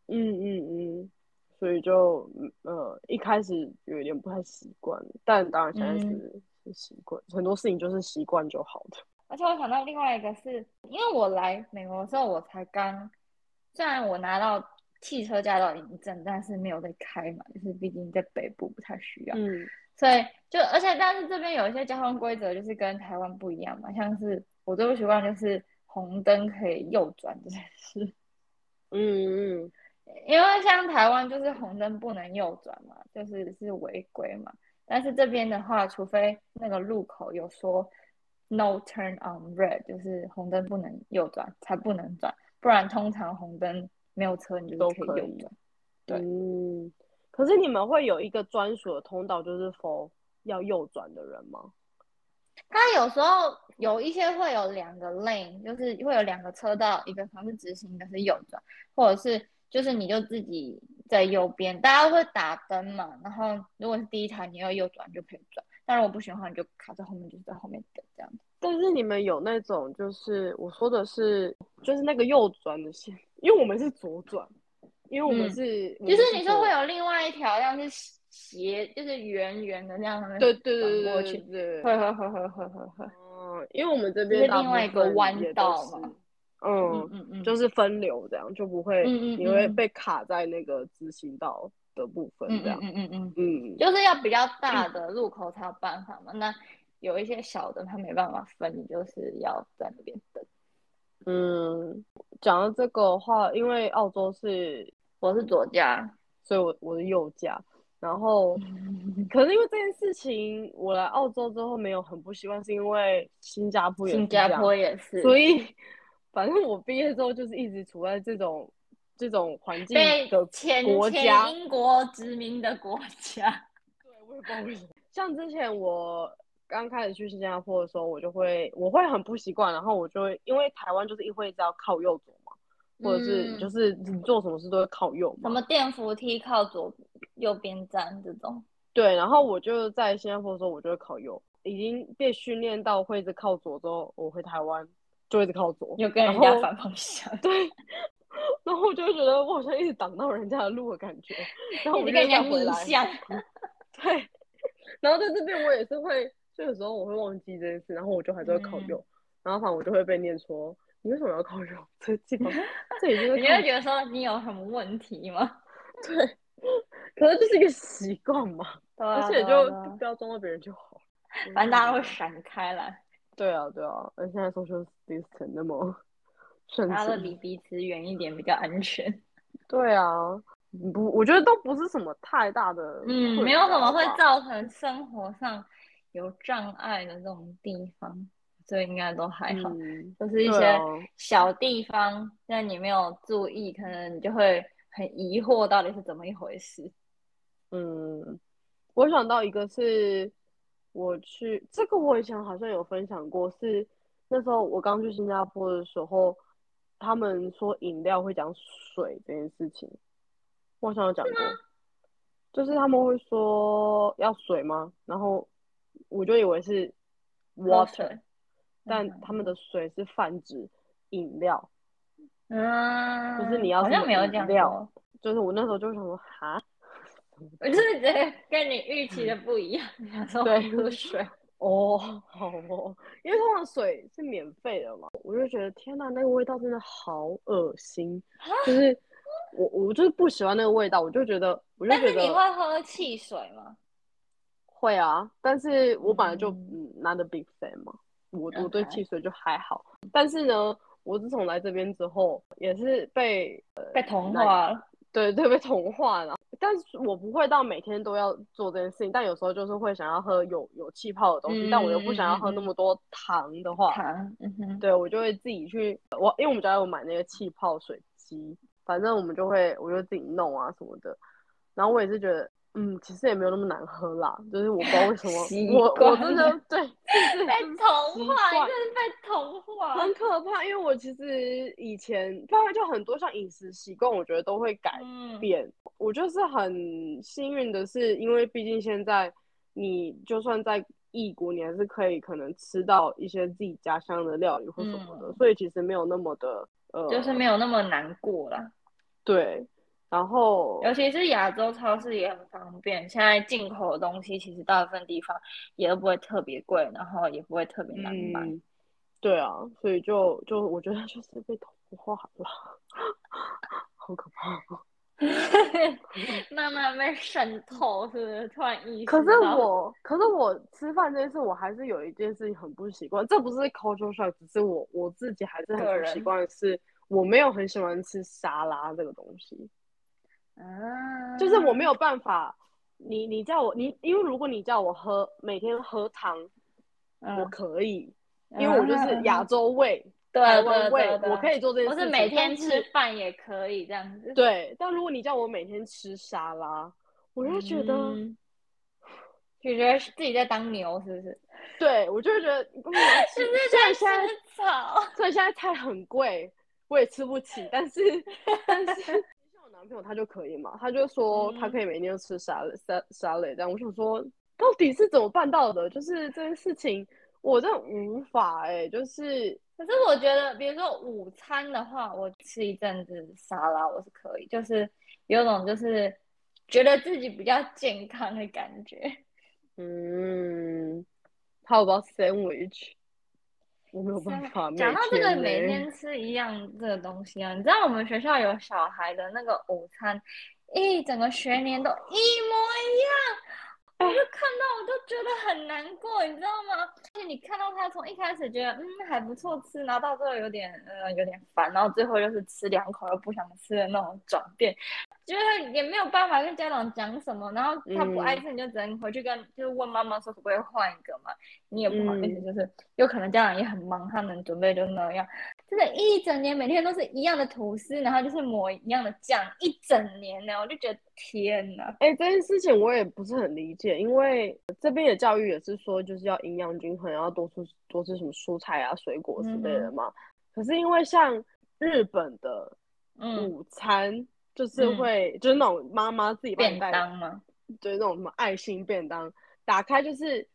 [SPEAKER 1] 嗯嗯嗯，所以就嗯呃一开始有点不太习惯，但当然现
[SPEAKER 2] 嗯
[SPEAKER 1] 在是、是习惯，很多事情就是习惯就好的。
[SPEAKER 2] 而且我想到另外一个是，因为我来美国的时候，我才刚，虽然我拿到汽车驾照领证，但是没有在开嘛，就是毕竟在北部不太需要。
[SPEAKER 1] 嗯
[SPEAKER 2] 所以就而且但是这边有一些交通规则就是跟台湾不一样嘛，像是我最不习惯就是红灯可以右转这件事，
[SPEAKER 1] 嗯嗯
[SPEAKER 2] 因为像台湾就是红灯不能右转嘛，就是是违规嘛。但是这边的话，除非那个路口有说 no turn on red，就是红灯不能右转才不能转，不然通常红灯没有车你就是
[SPEAKER 1] 都
[SPEAKER 2] 可以
[SPEAKER 1] 可
[SPEAKER 2] 右
[SPEAKER 1] 以
[SPEAKER 2] 转。对
[SPEAKER 1] 嗯，可是你们会有一个专属的通道，就是 for 要右转的人吗？
[SPEAKER 2] 它有时候有一些会有两个 lane，就是会有两个车道，一个可能是直行，一个是右转，或者是就是你就自己在右边，大家会打灯嘛，然后如果是第一台你要右转就可以转，但是我不喜欢你就卡在后面，就是在后面等这样子。
[SPEAKER 1] 但是你们有那种，就是我说的是，就是那个右转的线，因为我们是左转，因为我们
[SPEAKER 2] 嗯
[SPEAKER 1] 是，我
[SPEAKER 2] 就
[SPEAKER 1] 们
[SPEAKER 2] 是你说
[SPEAKER 1] 左
[SPEAKER 2] 会有另外一条像是斜，就是圆圆的那样的，
[SPEAKER 1] 对对对
[SPEAKER 2] 转
[SPEAKER 1] 对
[SPEAKER 2] 过
[SPEAKER 1] 对
[SPEAKER 2] 去
[SPEAKER 1] 对对，
[SPEAKER 2] 会会会会会会会，
[SPEAKER 1] 嗯，因为我们这
[SPEAKER 2] 就是
[SPEAKER 1] 边大
[SPEAKER 2] 另外
[SPEAKER 1] 部
[SPEAKER 2] 一个
[SPEAKER 1] 分
[SPEAKER 2] 弯
[SPEAKER 1] 也都
[SPEAKER 2] 道
[SPEAKER 1] 是
[SPEAKER 2] 嘛，嗯
[SPEAKER 1] 嗯，
[SPEAKER 2] 嗯嗯，
[SPEAKER 1] 就是分流这样，就不会
[SPEAKER 2] 嗯嗯
[SPEAKER 1] 你会
[SPEAKER 2] 嗯
[SPEAKER 1] 被卡在那个直行道的部分
[SPEAKER 2] 嗯
[SPEAKER 1] 这
[SPEAKER 2] 嗯
[SPEAKER 1] 样，
[SPEAKER 2] 嗯嗯嗯。
[SPEAKER 1] 嗯，
[SPEAKER 2] 就是要比较大的入口才有办法嘛。那有一些小的，它没办法分，你就是要在那边等。
[SPEAKER 1] 嗯，讲到这个的话，因为澳洲是，
[SPEAKER 2] 我是左驾，
[SPEAKER 1] 所以我我是右驾，然后
[SPEAKER 2] 嗯
[SPEAKER 1] 可是因为这件事情，我来澳洲之后没有很不习惯，是因为新加坡也是
[SPEAKER 2] 新
[SPEAKER 1] 这
[SPEAKER 2] 加
[SPEAKER 1] 样
[SPEAKER 2] 坡也是，
[SPEAKER 1] 所以反正我毕业之后就是一直处在这种这种环境
[SPEAKER 2] 被
[SPEAKER 1] 的
[SPEAKER 2] 前
[SPEAKER 1] 国家
[SPEAKER 2] 前英国殖民的国 家。
[SPEAKER 1] 对，我也不知道为什么。像之前我刚开始去新加坡的时候，我就会我会很不习惯，然后我就会因为台湾就是一会只要靠右走嘛，或者是
[SPEAKER 2] 嗯
[SPEAKER 1] 就是你做什么事都会靠右
[SPEAKER 2] 什
[SPEAKER 1] 嘛。
[SPEAKER 2] 么电扶梯靠左右边站这种，
[SPEAKER 1] 对，然后我就在新加坡的时候，我就会靠右，已经被训练到会一直靠左之后，我回台湾就一直靠左，
[SPEAKER 2] 又跟人
[SPEAKER 1] 然
[SPEAKER 2] 家
[SPEAKER 1] 后
[SPEAKER 2] 反方向，
[SPEAKER 1] 然后我就会觉得我好像一直挡到人家的路的感 觉，然后啊
[SPEAKER 2] 一
[SPEAKER 1] 我
[SPEAKER 2] 直
[SPEAKER 1] 就
[SPEAKER 2] 跟人家
[SPEAKER 1] 再回
[SPEAKER 2] 逆
[SPEAKER 1] 来。
[SPEAKER 2] 向。
[SPEAKER 1] 对，然后在这边我也是会，就有时候我会忘记这件事，然后我就还是会考
[SPEAKER 2] 嗯
[SPEAKER 1] 右，然后反正我就会被念说你为什么要烤肉？这地 方，这已经
[SPEAKER 2] 你会觉得说你有什么问题吗？
[SPEAKER 1] 对，可能就是一个习惯嘛，
[SPEAKER 2] 对啊，
[SPEAKER 1] 而且
[SPEAKER 2] 对啊
[SPEAKER 1] 就嗯
[SPEAKER 2] 对啊
[SPEAKER 1] 就不要装到别人就好。
[SPEAKER 2] 反正大家都会闪开来，
[SPEAKER 1] 对啊，对啊，而现在 social distance 那么盛
[SPEAKER 2] 大家都
[SPEAKER 1] 行，
[SPEAKER 2] 离彼此远一点比较安全。
[SPEAKER 1] 对啊，不，我觉得都不是什么太大的，
[SPEAKER 2] 嗯，没有什么会。造成生活上有障碍的这种地方，所以应该都还好。
[SPEAKER 1] 嗯，
[SPEAKER 2] 就是一
[SPEAKER 1] 对
[SPEAKER 2] 些
[SPEAKER 1] 啊
[SPEAKER 2] 小地方，但你没有注意，可能你就会很疑惑到底是怎么一回事。
[SPEAKER 1] 嗯，我想到一个是我去，这个我以前好像有分享过，是那时候我刚去新加坡的时候，他们说饮料会讲水这件事情，我好像有讲过，就是他们会说要水吗？然后我就以为是
[SPEAKER 2] 喝
[SPEAKER 1] water，
[SPEAKER 2] 水，
[SPEAKER 1] 但
[SPEAKER 2] 嗯
[SPEAKER 1] 他们的水是泛指饮料，
[SPEAKER 2] 嗯，
[SPEAKER 1] 就是你要
[SPEAKER 2] 好
[SPEAKER 1] 什
[SPEAKER 2] 像
[SPEAKER 1] 么
[SPEAKER 2] 没有
[SPEAKER 1] 饮
[SPEAKER 2] 这样
[SPEAKER 1] 料
[SPEAKER 2] 说，
[SPEAKER 1] 就是我那时候就想说哈。
[SPEAKER 2] 我就是觉得跟你预期的不一样， 你想说
[SPEAKER 1] 嗯对
[SPEAKER 2] 喝水，
[SPEAKER 1] 哦， 好哦，因为通常水是免费的嘛，我就觉得天呐，那个味道真的好恶心，
[SPEAKER 2] 啊
[SPEAKER 1] 就是我我就是不喜欢那个味道，我就觉得我就
[SPEAKER 2] 但
[SPEAKER 1] 觉
[SPEAKER 2] 是你
[SPEAKER 1] 得
[SPEAKER 2] 会喝汽水吗？
[SPEAKER 1] 会啊，但是我本来就
[SPEAKER 2] 嗯
[SPEAKER 1] 嗯 not a big fan 嘛，我我对
[SPEAKER 2] OK
[SPEAKER 1] 汽水就还好，但是呢，我自从来这边之后也是被
[SPEAKER 2] 被同化了，
[SPEAKER 1] 对对被同化了，但是我不会到每天都要做这件事情，但有时候就是会想要喝有有气泡的东西，但我又不想要喝那
[SPEAKER 2] 嗯嗯嗯
[SPEAKER 1] 么多糖的话。
[SPEAKER 2] 糖，嗯哼，
[SPEAKER 1] 对，我就会自己去，我因为我们家有买那个气泡水机，反正我们就会，我就自己弄啊什么的。然后我也是觉得，嗯，其实也没有那么难喝啦，就是我不知道为什
[SPEAKER 2] 习
[SPEAKER 1] 么，我我
[SPEAKER 2] 惯
[SPEAKER 1] 真的 对，就是
[SPEAKER 2] 被
[SPEAKER 1] 真的
[SPEAKER 2] 同化，
[SPEAKER 1] 习
[SPEAKER 2] 你
[SPEAKER 1] 惯
[SPEAKER 2] 真是被同化。
[SPEAKER 1] 很可怕。因为我其实以前，当然就很多像饮食习惯，我觉得都会改
[SPEAKER 2] 嗯，
[SPEAKER 1] 变。我就是很幸运的是，因为毕竟现在你就算在异国，你还是可以可能吃到一些自己家乡的料理或什么的，所以其实没有那么的呃，
[SPEAKER 2] 嗯就是没有那么难过啦。
[SPEAKER 1] 对。然后
[SPEAKER 2] 尤其是亚洲超市也很方便，现在进口的东西其实大部分地方也都不会特别贵，然后也不会特别难买。
[SPEAKER 1] 嗯，对啊，所以就就我觉得就是被同化了， 好可怕哦。
[SPEAKER 2] 慢慢被渗透，是不是？突然意识
[SPEAKER 1] 可是
[SPEAKER 2] 到
[SPEAKER 1] 我，可是我吃饭这件事，我还是有一件事情很不习惯。这不是 culture shock，只是我我自己还是很
[SPEAKER 2] 个
[SPEAKER 1] 不
[SPEAKER 2] 人
[SPEAKER 1] 习惯的是，我没有很喜欢吃沙拉这个东西，
[SPEAKER 2] 啊，
[SPEAKER 1] 就是我没有办法。你你叫我你，因为如果你叫我喝每天喝汤，
[SPEAKER 2] 嗯，
[SPEAKER 1] 我可以，因为我就是亚
[SPEAKER 2] 嗯
[SPEAKER 1] 洲胃、
[SPEAKER 2] 对
[SPEAKER 1] 台
[SPEAKER 2] 对
[SPEAKER 1] 湾胃
[SPEAKER 2] 对，对，
[SPEAKER 1] 我可以做这件
[SPEAKER 2] 我
[SPEAKER 1] 事
[SPEAKER 2] 是
[SPEAKER 1] 情。
[SPEAKER 2] 每天
[SPEAKER 1] 但是
[SPEAKER 2] 吃饭也可以这样子。，
[SPEAKER 1] 对，但如果你叫我每天吃沙拉，我就觉得。
[SPEAKER 2] 嗯就觉得自己在当牛，是不是？
[SPEAKER 1] 对，我就会觉得，嗯我要 吃
[SPEAKER 2] 就是
[SPEAKER 1] 虽
[SPEAKER 2] 在
[SPEAKER 1] 然现在
[SPEAKER 2] 吃草。
[SPEAKER 1] 所以现在菜很贵，我也吃不起。但是，但是像我男朋友他就可以嘛，他就说
[SPEAKER 2] 嗯
[SPEAKER 1] 他可以每天都吃沙律沙沙律。但我想说，到底是怎么办到的？就是这件事情，我真的无法哎、就是
[SPEAKER 2] 可是我觉得，比如说午餐的话，我吃一阵子沙拉我是可以，就是有种就是觉得自己比较健康的感觉。
[SPEAKER 1] 嗯，How about sandwich？我没有办法每
[SPEAKER 2] 讲到这个
[SPEAKER 1] 天
[SPEAKER 2] 每
[SPEAKER 1] 欸
[SPEAKER 2] 天吃一样这个东西啊，你知道我们学校有小孩的那个午餐，一整个学年都一模一样，我就看到我就觉得很难过，你知道吗？而且你看到他从一开始觉得嗯还不错吃，然后到最后有点呃有点烦，然后最后就是吃两口又不想吃的那种转变，就是也没有办法跟家长讲什么，然后他
[SPEAKER 1] 嗯
[SPEAKER 2] 不爱吃你就只能回去跟就是问妈妈说可不可以换一个嘛，你也不好
[SPEAKER 1] 嗯
[SPEAKER 2] 意思，就是有可能家长也很忙，他能准备就那样，真的，一整年每天都是一样的吐司，然后就是抹一样的酱，一整年呢，我就觉得天哪，
[SPEAKER 1] 哎、这件事情我也不是很理解，因为这边的教育也是说，就是要营养均衡，要多吃多吃什么蔬菜啊、水果之类的嘛。可是因为像日本的
[SPEAKER 2] 嗯，
[SPEAKER 1] 午餐，就是
[SPEAKER 2] 嗯
[SPEAKER 1] 会、就是那种妈妈自己帮
[SPEAKER 2] 便
[SPEAKER 1] 你带，
[SPEAKER 2] 当嘛，
[SPEAKER 1] 就是那种什么爱心便当，打开就是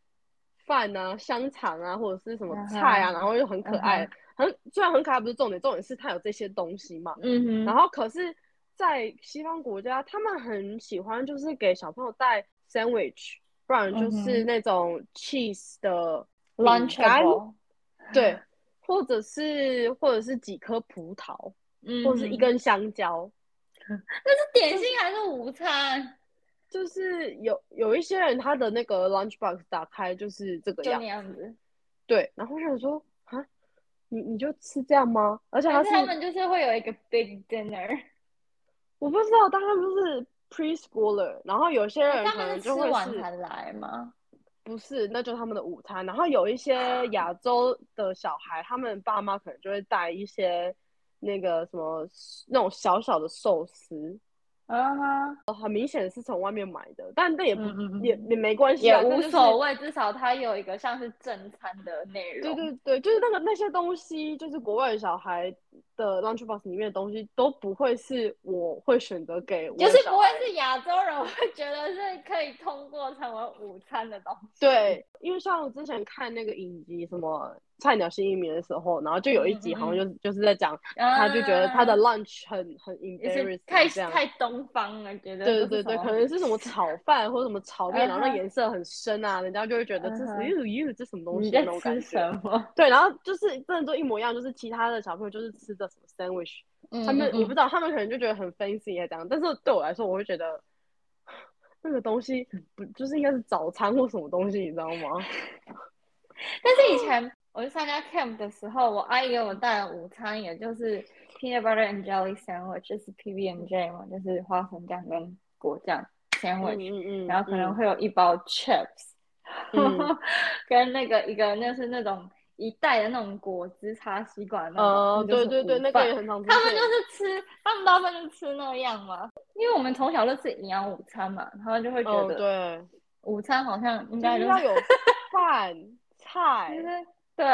[SPEAKER 1] 饭啊、香肠啊，或者是什么
[SPEAKER 2] 嗯哼
[SPEAKER 1] 菜啊，然后又很可
[SPEAKER 2] 嗯哼
[SPEAKER 1] 爱，很虽然很可爱不是重点，重点是它有这些东西嘛。
[SPEAKER 2] 嗯哼，
[SPEAKER 1] 然后可是，在西方国家，他们很喜欢就是给小朋友带 sandwich，不然就
[SPEAKER 2] 嗯
[SPEAKER 1] 是
[SPEAKER 2] 哼
[SPEAKER 1] 那种 cheese 的饼干。
[SPEAKER 2] lunchable，
[SPEAKER 1] 对，或者是或者是几颗葡萄，
[SPEAKER 2] 嗯，
[SPEAKER 1] 或者是一根香蕉，
[SPEAKER 2] 那是点心还是午餐？
[SPEAKER 1] 就是有有一些人他的那个 lunch box 打开就是这个
[SPEAKER 2] 就
[SPEAKER 1] 样子，
[SPEAKER 2] 那样子。
[SPEAKER 1] 对，然后我想说啊，你你就吃这样吗？而且
[SPEAKER 2] 但
[SPEAKER 1] 它
[SPEAKER 2] 是他们就是会有一个 big dinner，
[SPEAKER 1] 我不知道，大概就是 preschooler，然后有些人
[SPEAKER 2] 他
[SPEAKER 1] 可
[SPEAKER 2] 们
[SPEAKER 1] 能
[SPEAKER 2] 是吃
[SPEAKER 1] 就会
[SPEAKER 2] 完
[SPEAKER 1] 是
[SPEAKER 2] 才来吗？
[SPEAKER 1] 不是，那就是他们的午餐。然后有一些亚洲的小孩，他们爸妈可能就会带一些那个什么那种小小的寿司，
[SPEAKER 2] 嗯哼，
[SPEAKER 1] 很明显是从外面买的，但但也不、
[SPEAKER 2] 嗯嗯嗯
[SPEAKER 1] 也也没关系
[SPEAKER 2] 也
[SPEAKER 1] 啊，那
[SPEAKER 2] 无
[SPEAKER 1] 就是
[SPEAKER 2] 所谓，至少它有一个像是正餐的内容。
[SPEAKER 1] 对对对，就是那个那些东西，就是国外的小孩的 lunchbox 里面的东西都不会是我会选择给我的
[SPEAKER 2] 就是
[SPEAKER 1] 小
[SPEAKER 2] 不会
[SPEAKER 1] 孩
[SPEAKER 2] 是亚洲人会觉得是可以通过成为午餐的东西。
[SPEAKER 1] 对，因为像我之前看那个影集什么《菜鸟新移民》的时候，然后就有一集好像就是、就是在讲，
[SPEAKER 2] 嗯，
[SPEAKER 1] 他就觉得他的
[SPEAKER 2] 嗯
[SPEAKER 1] lunch 很很
[SPEAKER 2] 嗯也是
[SPEAKER 1] embarrassing
[SPEAKER 2] 太
[SPEAKER 1] 这样。
[SPEAKER 2] 太东方了，觉得
[SPEAKER 1] 对对对对，
[SPEAKER 2] 这是什么
[SPEAKER 1] 可能是什么炒饭或者什么炒面，然后
[SPEAKER 2] 嗯
[SPEAKER 1] 那
[SPEAKER 2] 哼
[SPEAKER 1] 颜色很深啊，人家就会觉得这
[SPEAKER 2] 嗯
[SPEAKER 1] 是
[SPEAKER 2] 哼
[SPEAKER 1] 哟哟这什么东西
[SPEAKER 2] 你
[SPEAKER 1] 的
[SPEAKER 2] 在
[SPEAKER 1] 那种感
[SPEAKER 2] 吃
[SPEAKER 1] 觉。
[SPEAKER 2] 什么？
[SPEAKER 1] 对，然后就是真的都一模一样，就是其他的小朋友就是吃的什么 sandwich，他们、我不知
[SPEAKER 2] 嗯
[SPEAKER 1] 道，他们可能就觉得很 fancy 啊这样，但是对我来说，我会觉得那个东西不就是应该是早餐或什么东西，你知道吗？
[SPEAKER 2] 但是以前我去参加 camp 的时候，我阿姨给我带的午餐，也就是 peanut butter and jelly sandwich，就是 PB and J 嘛，就是花生酱跟果酱 sandwich，、
[SPEAKER 1] 嗯嗯嗯
[SPEAKER 2] 然后可能
[SPEAKER 1] 嗯
[SPEAKER 2] 会有一包 chips，、
[SPEAKER 1] 嗯
[SPEAKER 2] 跟那个一个就是那种一袋的那种果汁插吸管那种，
[SPEAKER 1] 呃，
[SPEAKER 2] 那就
[SPEAKER 1] 对
[SPEAKER 2] 是
[SPEAKER 1] 对对，
[SPEAKER 2] 午
[SPEAKER 1] 那个
[SPEAKER 2] 饭
[SPEAKER 1] 也很常出
[SPEAKER 2] 他们
[SPEAKER 1] 现
[SPEAKER 2] 就。是吃，他们大部分就吃那样嘛，因为我们从小就吃营养午餐嘛，他们就会觉
[SPEAKER 1] 嗯，
[SPEAKER 2] 得
[SPEAKER 1] 对，
[SPEAKER 2] 午餐好像应
[SPEAKER 1] 就
[SPEAKER 2] 该
[SPEAKER 1] 是
[SPEAKER 2] 就
[SPEAKER 1] 要
[SPEAKER 2] 是
[SPEAKER 1] 有 饭菜
[SPEAKER 2] 就，是对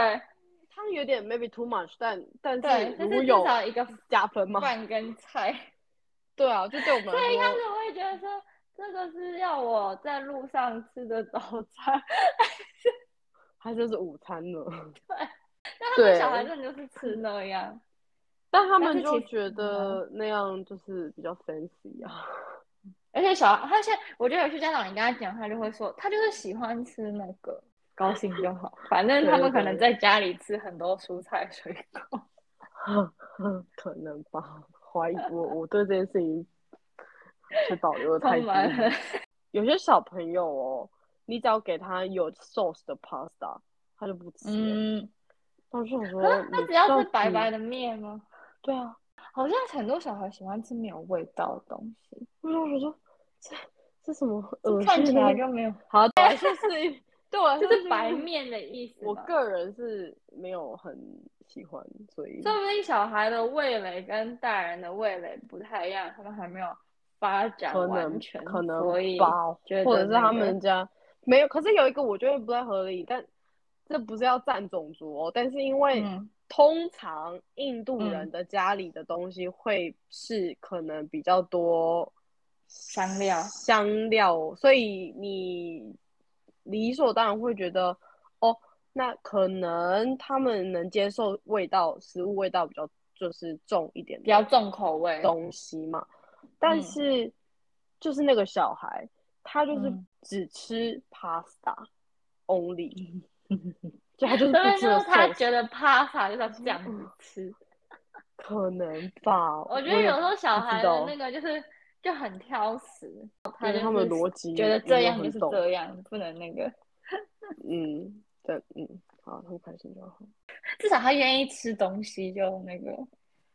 [SPEAKER 1] 它有点 maybe too much，但但
[SPEAKER 2] 对，
[SPEAKER 1] 如
[SPEAKER 2] 就
[SPEAKER 1] 果
[SPEAKER 2] 是至
[SPEAKER 1] 有
[SPEAKER 2] 少一个
[SPEAKER 1] 加分嘛，
[SPEAKER 2] 饭跟菜。
[SPEAKER 1] 对啊，就对 我们
[SPEAKER 2] 所以一
[SPEAKER 1] 来
[SPEAKER 2] 开始
[SPEAKER 1] 说，
[SPEAKER 2] 我也觉得说，这个是要我在路上吃的早餐，
[SPEAKER 1] 它就是午餐了。
[SPEAKER 2] 但他
[SPEAKER 1] 对
[SPEAKER 2] 们小孩真的就是吃那样。
[SPEAKER 1] 但他
[SPEAKER 2] 但
[SPEAKER 1] 们
[SPEAKER 2] 是
[SPEAKER 1] 就
[SPEAKER 2] 其实
[SPEAKER 1] 觉
[SPEAKER 2] 嗯
[SPEAKER 1] 得那样就是比较 fancy 啊。
[SPEAKER 2] 而且小孩，他现在我觉得有些家长，你跟他讲，他就会说，他就是喜欢吃那个，高兴就好。反正他们可能在家里吃很多蔬菜水 果。
[SPEAKER 1] 可能吧，怀疑我我对这件事情是保留的态
[SPEAKER 2] 充
[SPEAKER 1] 度。
[SPEAKER 2] 满了
[SPEAKER 1] 有些小朋友哦，你只要给他有 sauce 的 pasta，他就不吃了。
[SPEAKER 2] 嗯，
[SPEAKER 1] 但是我说
[SPEAKER 2] 啊，
[SPEAKER 1] 你
[SPEAKER 2] 那只要
[SPEAKER 1] 到
[SPEAKER 2] 是白
[SPEAKER 1] 底
[SPEAKER 2] 白的面吗？
[SPEAKER 1] 对啊，
[SPEAKER 2] 好像很多小孩喜欢吃没有味道的东西，
[SPEAKER 1] 我就想说这这什么恶
[SPEAKER 2] 看起
[SPEAKER 1] 心的啊
[SPEAKER 2] 来就没有，
[SPEAKER 1] 好，对我来说 是，对我来
[SPEAKER 2] 啊就
[SPEAKER 1] 说
[SPEAKER 2] 是白。面的意思
[SPEAKER 1] 我
[SPEAKER 2] 吧。
[SPEAKER 1] 个人是没有很喜欢，所以
[SPEAKER 2] 说不定小孩的味蕾跟大人的味蕾不太一样，他们还没有发展
[SPEAKER 1] 可能
[SPEAKER 2] 完全，
[SPEAKER 1] 可能
[SPEAKER 2] 所以
[SPEAKER 1] 吧，
[SPEAKER 2] 觉
[SPEAKER 1] 或
[SPEAKER 2] 得
[SPEAKER 1] 者是
[SPEAKER 2] 那
[SPEAKER 1] 他
[SPEAKER 2] 个
[SPEAKER 1] 们家没有。可是有一个我觉得不太合理，但这不是要占种族哦，但是因为
[SPEAKER 2] 嗯
[SPEAKER 1] 通常印度
[SPEAKER 2] 嗯
[SPEAKER 1] 人的家里的东西会是可能比较多
[SPEAKER 2] 香料
[SPEAKER 1] 香料，所以你理所当然会觉得哦，那可能他们能接受味道，食物味道比较就是重一点的，
[SPEAKER 2] 比较重口味，
[SPEAKER 1] 东西嘛，但
[SPEAKER 2] 嗯
[SPEAKER 1] 是、就是那个小孩，他就是
[SPEAKER 2] 嗯
[SPEAKER 1] 只吃 pasta only，就他就是
[SPEAKER 2] 所
[SPEAKER 1] 不
[SPEAKER 2] 以
[SPEAKER 1] 吃
[SPEAKER 2] 就
[SPEAKER 1] 了嗯
[SPEAKER 2] 是哎他
[SPEAKER 1] sauce
[SPEAKER 2] 觉得 pasta 就是要这样子吃。
[SPEAKER 1] 可能吧。
[SPEAKER 2] 我觉得
[SPEAKER 1] 也
[SPEAKER 2] 有时候小
[SPEAKER 1] 不知
[SPEAKER 2] 孩
[SPEAKER 1] 道
[SPEAKER 2] 的那个就是就很挑食，
[SPEAKER 1] 因为他们逻辑
[SPEAKER 2] 觉得
[SPEAKER 1] 没
[SPEAKER 2] 这
[SPEAKER 1] 有
[SPEAKER 2] 样
[SPEAKER 1] 很
[SPEAKER 2] 就是
[SPEAKER 1] 懂
[SPEAKER 2] 这样，不能那个。
[SPEAKER 1] 嗯，但嗯，好，他们开心就好。
[SPEAKER 2] 至少他愿意吃东西就那个，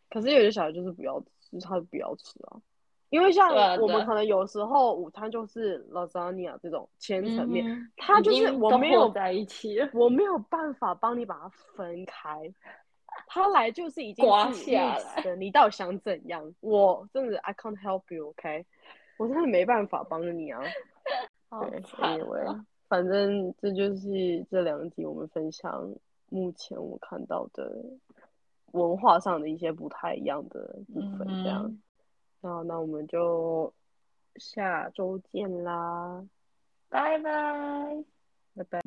[SPEAKER 1] 可是有些小孩就是不要吃，就是他不要吃啊。因为像
[SPEAKER 2] 对啊
[SPEAKER 1] 我
[SPEAKER 2] 对
[SPEAKER 1] 们
[SPEAKER 2] 啊
[SPEAKER 1] 可能有时候午餐就是 lasagna 这种千层面，
[SPEAKER 2] 嗯哼
[SPEAKER 1] 他
[SPEAKER 2] 已
[SPEAKER 1] 就是
[SPEAKER 2] 经
[SPEAKER 1] 我
[SPEAKER 2] 都
[SPEAKER 1] 没
[SPEAKER 2] 和
[SPEAKER 1] 有
[SPEAKER 2] 在一起了，
[SPEAKER 1] 我没有办法帮你把它分开，它来就是已经
[SPEAKER 2] 刮
[SPEAKER 1] 是
[SPEAKER 2] 下
[SPEAKER 1] mix 的，你到底想怎样？我真的 I can't help you，OK？、我真的没办法帮你啊。
[SPEAKER 2] 好
[SPEAKER 1] 对
[SPEAKER 2] 惨哦。
[SPEAKER 1] ，anyway，反啊正这就是这两集我们分享目前我们看到的文化上的一些不太一样的部分，这样。
[SPEAKER 2] 嗯
[SPEAKER 1] 那那我们就下周见啦。
[SPEAKER 2] 拜拜。